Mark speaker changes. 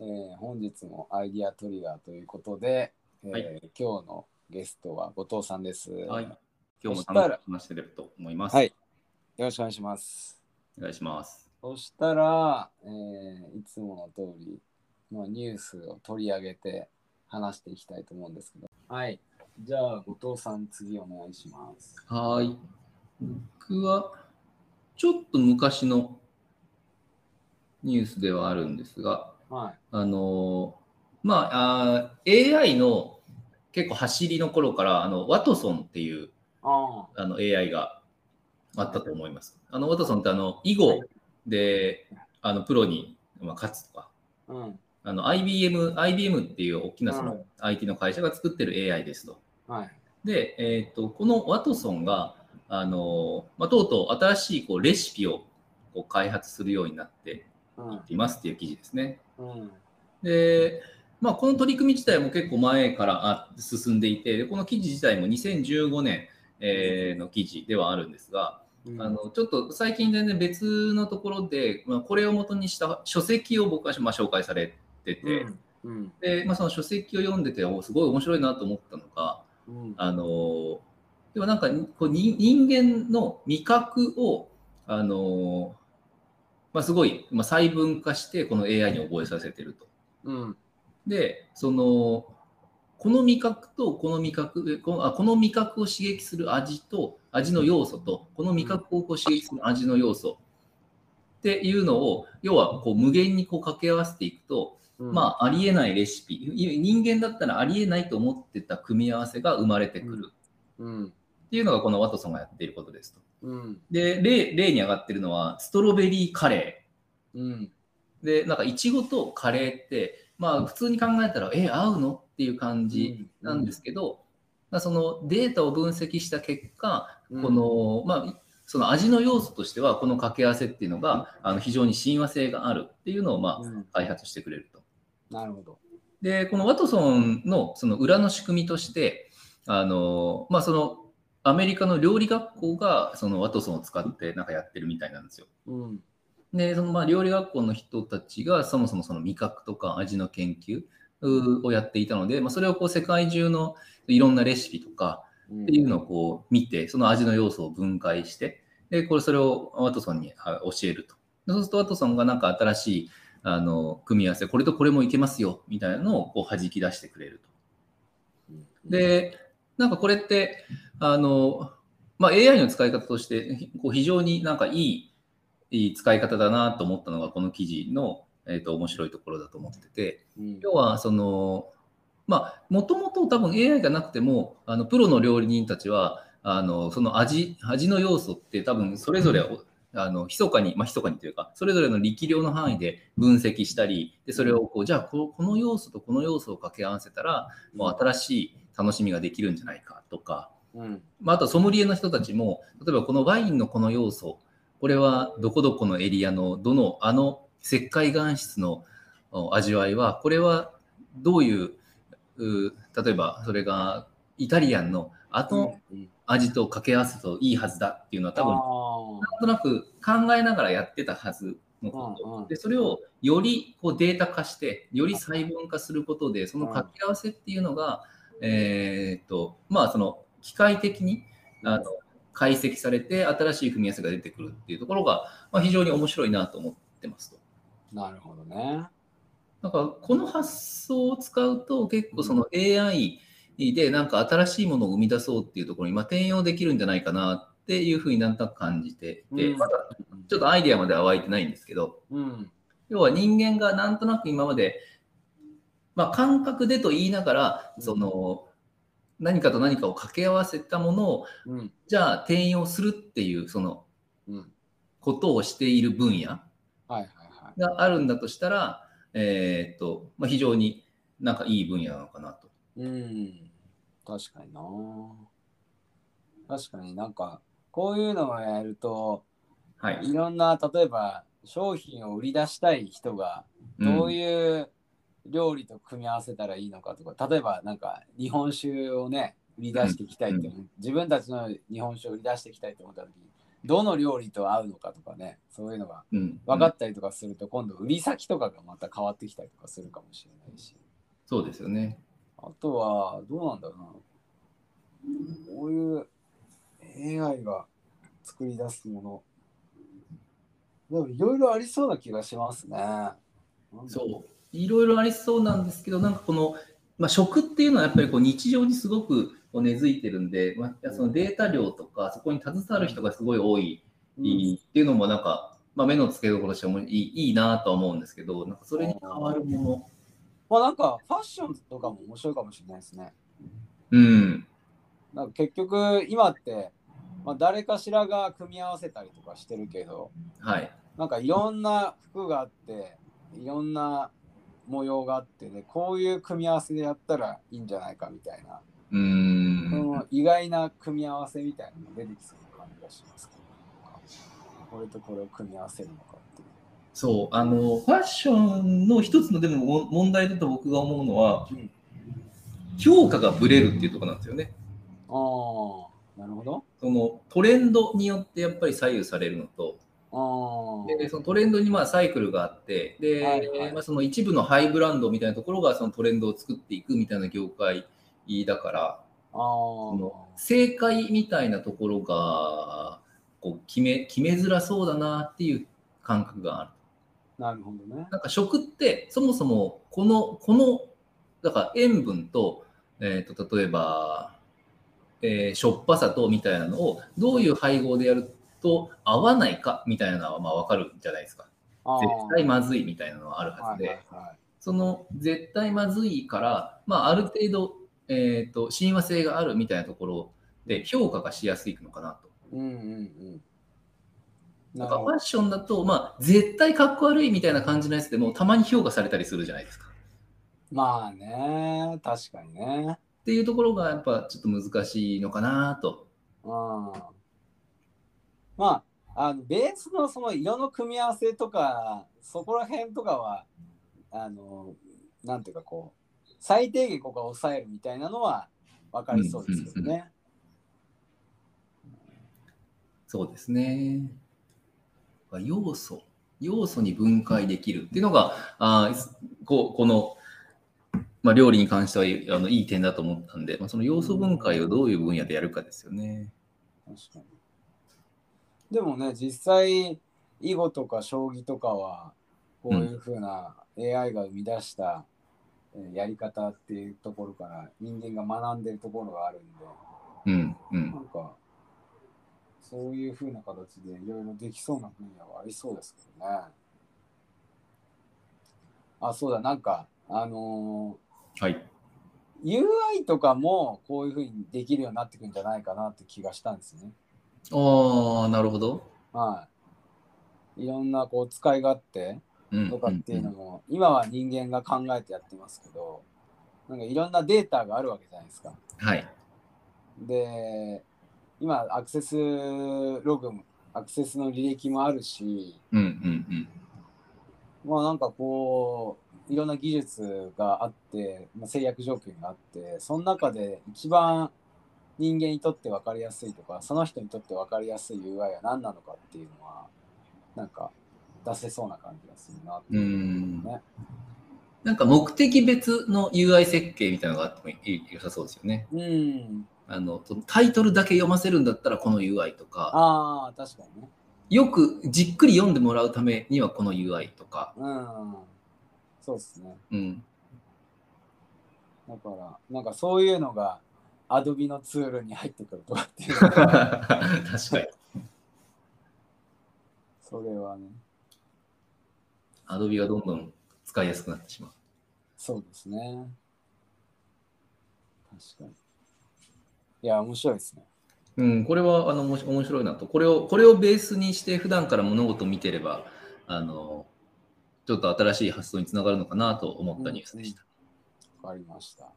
Speaker 1: えー本日もアイディアトリガーということで、えー
Speaker 2: はい
Speaker 1: 今日のゲストは後藤さんです。
Speaker 2: はい
Speaker 1: よ。
Speaker 2: 今日も楽しく話してれると思います。
Speaker 1: はいろしくお願いします。
Speaker 2: お願いします。
Speaker 1: そしたら、えーいつもの通り、まあ、ニュースを取り上げて話していきたいと思うんですけど。はい。じゃあ、後藤さん、次お願いします。
Speaker 2: はい。僕は、ちょっと昔のニュースではあるんですが、
Speaker 1: はい。
Speaker 2: あのーまああー AI の結構走りの頃から、あの、ワトソンっていう
Speaker 1: あ
Speaker 2: あの AI があったと思います。あの、ワトソンってあの、囲碁で、あの、プロに、まあ、勝つとか、
Speaker 1: あ、うん。
Speaker 2: あの、IBM、IBM っていう大きなそ
Speaker 1: は
Speaker 2: の IT の会社が作ってる AI ですと。
Speaker 1: はい。
Speaker 2: で、えー、とこのワトソンが、あのまあ、とうとう新しいこうレシピをこう開発するようになって
Speaker 1: うん。
Speaker 2: いますっていう記事ですね。
Speaker 1: うん。
Speaker 2: で、まあ、この取り組み自体も結構前からあ進んでいてでこの記事自体も2015年、えーの記事ではあるんですが
Speaker 1: うん
Speaker 2: あのちょっと最近全然別のところで、まあ、これを元にした書籍を僕は、まあ、紹介されてて、
Speaker 1: うん。うん。
Speaker 2: でまあ、その書籍を読んでておすごい面白いなと思ったのが、
Speaker 1: うん。
Speaker 2: あのでもなんかにこうに人間の味覚をあの、まあ、すごい、まあ、細分化してこの AI に覚えさせてると。
Speaker 1: うん。
Speaker 2: でそのこの味覚とこの味覚えこのあこの味覚を刺激する味と味の要素とこの味覚をこう刺激する味の要素っていうのを要はこう無限にこう掛け合わせていくと、
Speaker 1: うん。
Speaker 2: まあ、ありえないレシピい人間だったらありえないと思ってた組み合わせが生まれてくる
Speaker 1: うん。
Speaker 2: っていうのがこのワトソンがやっていることですと。
Speaker 1: うん。
Speaker 2: で、例例に上がってるのは、ストロベリーカレ
Speaker 1: うん。
Speaker 2: ー。で、なんか、いちごとカレーって、まあ、普通に考えたら、え、合うのっていう感じなんですけど、まあそのデータを分析した結果、
Speaker 1: うん
Speaker 2: この、まあ、その味の要素としては、この掛け合わせっていうのが、あの非常に親和性があるっていうのを、ま
Speaker 1: う
Speaker 2: あ、
Speaker 1: ん。
Speaker 2: 開発してくれると。
Speaker 1: なるほど。
Speaker 2: で、このワトソンのその裏の仕組みとして、あのまあ、そのアメリカの料理学校がそのワトソンを使ってなんかやってるみたいなんですよ。
Speaker 1: うん。
Speaker 2: で、そのまあ料理学校の人たちがそもそもその味覚とか味の研究うをやっていたので、まあ、それをこう世界中のいろんなレシピとか
Speaker 1: うん
Speaker 2: っていうのをこう見て、その味の要素を分解して、で、これそれをワトソンにあ教えると。でそうするとワトソンがなんか新しいあの組み合わせ、これとこれもいけますよみたいなのをこう弾き出してくれると。で、なんかこれって、あの、まあ、AI の使い方として、ひこう非常になんかいいいい使い方だなと思ったのが、この記事の、えー、と面白いところだと思ってて、
Speaker 1: うん、
Speaker 2: 要は、その、まあ、もともと多分 AI がなくても、あのプロの料理人たちは、あのその味味の要素って多分それぞれおあの密かに、まあ、密かにというか、それぞれの力量の範囲で分析したり、でそれをこう、じゃあこ、この要素とこの要素を掛け合わせたら、もう新しい楽しみができるんじゃないかとか、
Speaker 1: うん、
Speaker 2: まあ、あとソムリエの人たちも例えばこのワインのこの要素これはどこどこのエリアのどのあの石灰岩質のお味わいはこれはどういうう例えばそれがイタリアンのあの
Speaker 1: うん、
Speaker 2: 味と掛け合わせるといいはずだっていうのは多分
Speaker 1: 多
Speaker 2: なんとなく考えながらやってたはずのこと、
Speaker 1: うんうん
Speaker 2: でそれをよりこうデータ化してより細分化することでその掛け合わせっていうのが、えーっとまあその機械的にあの解析されて新しい組み合わせが出てくるっていうところが、まあ、非常に面白いなと思ってますと。
Speaker 1: なるほどね。
Speaker 2: なんかこの発想を使うと結構その AI でなんか新しいものを生み出そうっていうところにまあ転用できるんじゃないかなっていうふうになんとなく感じていて、
Speaker 1: うん
Speaker 2: まだちょっとアイデアまでは湧いてないんですけど、
Speaker 1: うん、
Speaker 2: 要は人間がなんとなく今まで、まあ、感覚でと言いながら
Speaker 1: うん
Speaker 2: その何かと何かを掛け合わせたものを
Speaker 1: うん、
Speaker 2: じゃあ転用するっていうその
Speaker 1: うん。
Speaker 2: ことをしている分野
Speaker 1: はいはいはい。
Speaker 2: があるんだとしたら、えーっとまあ、非常になんかいい分野なのかなと。
Speaker 1: うん、確かにな。確かになんか、こういうのをやると、
Speaker 2: はい、
Speaker 1: いろんな、例えば商品を売り出したい人が、どう
Speaker 2: うん
Speaker 1: いう料理と組み合わせたらいいのかとか、例えばなんか日本酒をね、売り出していきたいって、
Speaker 2: う
Speaker 1: 自分たちの日本酒を売り出していきたいと思った時に、どの料理と合うのかとかね、そういうのが
Speaker 2: うん、
Speaker 1: 分かったりとかすると、今度売り先とかがまた変わってきたりとかするかもしれないし。
Speaker 2: そうですよね。
Speaker 1: あとは、どうなんだろうな。こういう AI が作り出すもの。でもいろいろありそうな気がしますね。
Speaker 2: そういろいろありそうなんですけどなんかこの、まあ、食っていうのはやっぱりこう日常にすごくこう根付いてるんで、まあ、そのデータ量とかそこに携わる人がすごい多い
Speaker 1: うん。
Speaker 2: っていうのもなんか、まあ、目の付けどころとしてもいいいいなとは思うんですけどなんかそれに変わるもの、
Speaker 1: まあなんかファッションとかも面白いかもしれないですね。
Speaker 2: うん、
Speaker 1: なんか結局今って、まあ、誰かしらが組み合わせたりとかしてるけど
Speaker 2: はい、
Speaker 1: なんかいろんな服があっていろんな模様があってでこういう組み合わせでやったらいいんじゃないかみたいな、
Speaker 2: うー
Speaker 1: そ
Speaker 2: ん
Speaker 1: の意外な組み合わせみたいなのが出てきそうな感じがしますけどなんかこれとこれを組み合わせるのかっていう。
Speaker 2: そうあのファッションの一つのでもも問題だと僕が思うのは
Speaker 1: うん
Speaker 2: 評価がぶれるっていうところなんですよね。
Speaker 1: ああなるほど。
Speaker 2: そのトレンドによってやっぱり左右されるのと
Speaker 1: あ
Speaker 2: でそのトレンドにまあサイクルがあってで、
Speaker 1: はいはい
Speaker 2: まあ、その一部のハイブランドみたいなところがそのトレンドを作っていくみたいな業界だから
Speaker 1: ああ
Speaker 2: その正解みたいなところがこう決め決めづらそうだなっていう感覚がある。
Speaker 1: なるほどね。
Speaker 2: なんか食ってそもそもこのこのだから塩分と,、えー、と例えば、えーしょっぱさとみたいなのをどういう配合でやると合わないかみたいなのはまあ分かるじゃないですか
Speaker 1: あー
Speaker 2: 絶対まずいみたいなのはあるは
Speaker 1: は
Speaker 2: ず
Speaker 1: い
Speaker 2: で、
Speaker 1: はいはい
Speaker 2: その絶対まずいから、まあ、ある程度、えー、と親和性があるみたいなところで評価がしやすいのかなと。
Speaker 1: うんうんうん。な
Speaker 2: な
Speaker 1: んる
Speaker 2: か
Speaker 1: ほ
Speaker 2: フ
Speaker 1: ど
Speaker 2: ァッションだと、まあ、絶対かっこ悪いみたいな感じのやつでもたまに評価されたりするじゃないですか。
Speaker 1: まあね、確かにね。
Speaker 2: っていうところがやっぱちょっと難しいのかなと。
Speaker 1: うん。まあ、あのベースのその色の組み合わせとか、そこら辺とかは、あの、なんていうかこう、最低限ここは抑えるみたいなのは分かりそうですけどね。
Speaker 2: そうですね。要素、要素に分解できるっていうのが、あーすここの、まあ、料理に関してはいあのいい点だと思ったんで、まあ、その要素分解をどういう分野でやるかですよね。
Speaker 1: 確かに。でもね、実際、囲碁とか将棋とかは、こういうふうな AI が生み出した、えーやり方っていうところから人間が学んでるところがあるんで、
Speaker 2: うん、う。
Speaker 1: なんんか、そういうふうな形でいろいろできそうな分野はありそうですけどね。あ、そうだ、なんか、あの
Speaker 2: はい。
Speaker 1: ー UI とかもこういうふうにできるようになってくるんじゃないかなって気がしたんですね。
Speaker 2: ああ、なるほど。
Speaker 1: はい。いろんなこう使い勝手
Speaker 2: うん
Speaker 1: とかっていうの
Speaker 2: ん
Speaker 1: も、今は人間が考えてやってますけど、なんかいろんなデータがあるわけじゃないですか。
Speaker 2: うんはい。
Speaker 1: で、今、アクセスログも、アクセスの履歴もあるし、
Speaker 2: うん、うん、
Speaker 1: まあなんかこう、いろんな技術があって、まあ、制約条件があって、その中で一番人間にとって分かりやすいとか、その人にとって分かりやすい UI は何なのかっていうのは、なんか出せそうな感じがするなって
Speaker 2: うん。う
Speaker 1: いう。
Speaker 2: ん
Speaker 1: ね。
Speaker 2: なんか目的別の UI 設計みたいなのがあってもいい良さそうですよね。
Speaker 1: うん。
Speaker 2: あのそのタイトルだけ読ませるんだったらこの UI とか、
Speaker 1: ああ、確かにね。
Speaker 2: よくじっくり読んでもらうためにはこの UI とか、
Speaker 1: うん。そうですね。
Speaker 2: うん、
Speaker 1: だから、なんかそういうのが Adobe のツールに入ってくるとかっていう。
Speaker 2: 確かに。
Speaker 1: それはね、
Speaker 2: Adobe がどんどん使いやすくなってしまう。
Speaker 1: そうですね。確かに。いや、面白いですね。
Speaker 2: うん、これはあのもし面白いなと。これをこれをベースにして普段から物事を見てれば、あのちょっと新しい発想につながるのかなと思ったニュースでした。
Speaker 1: わかりました。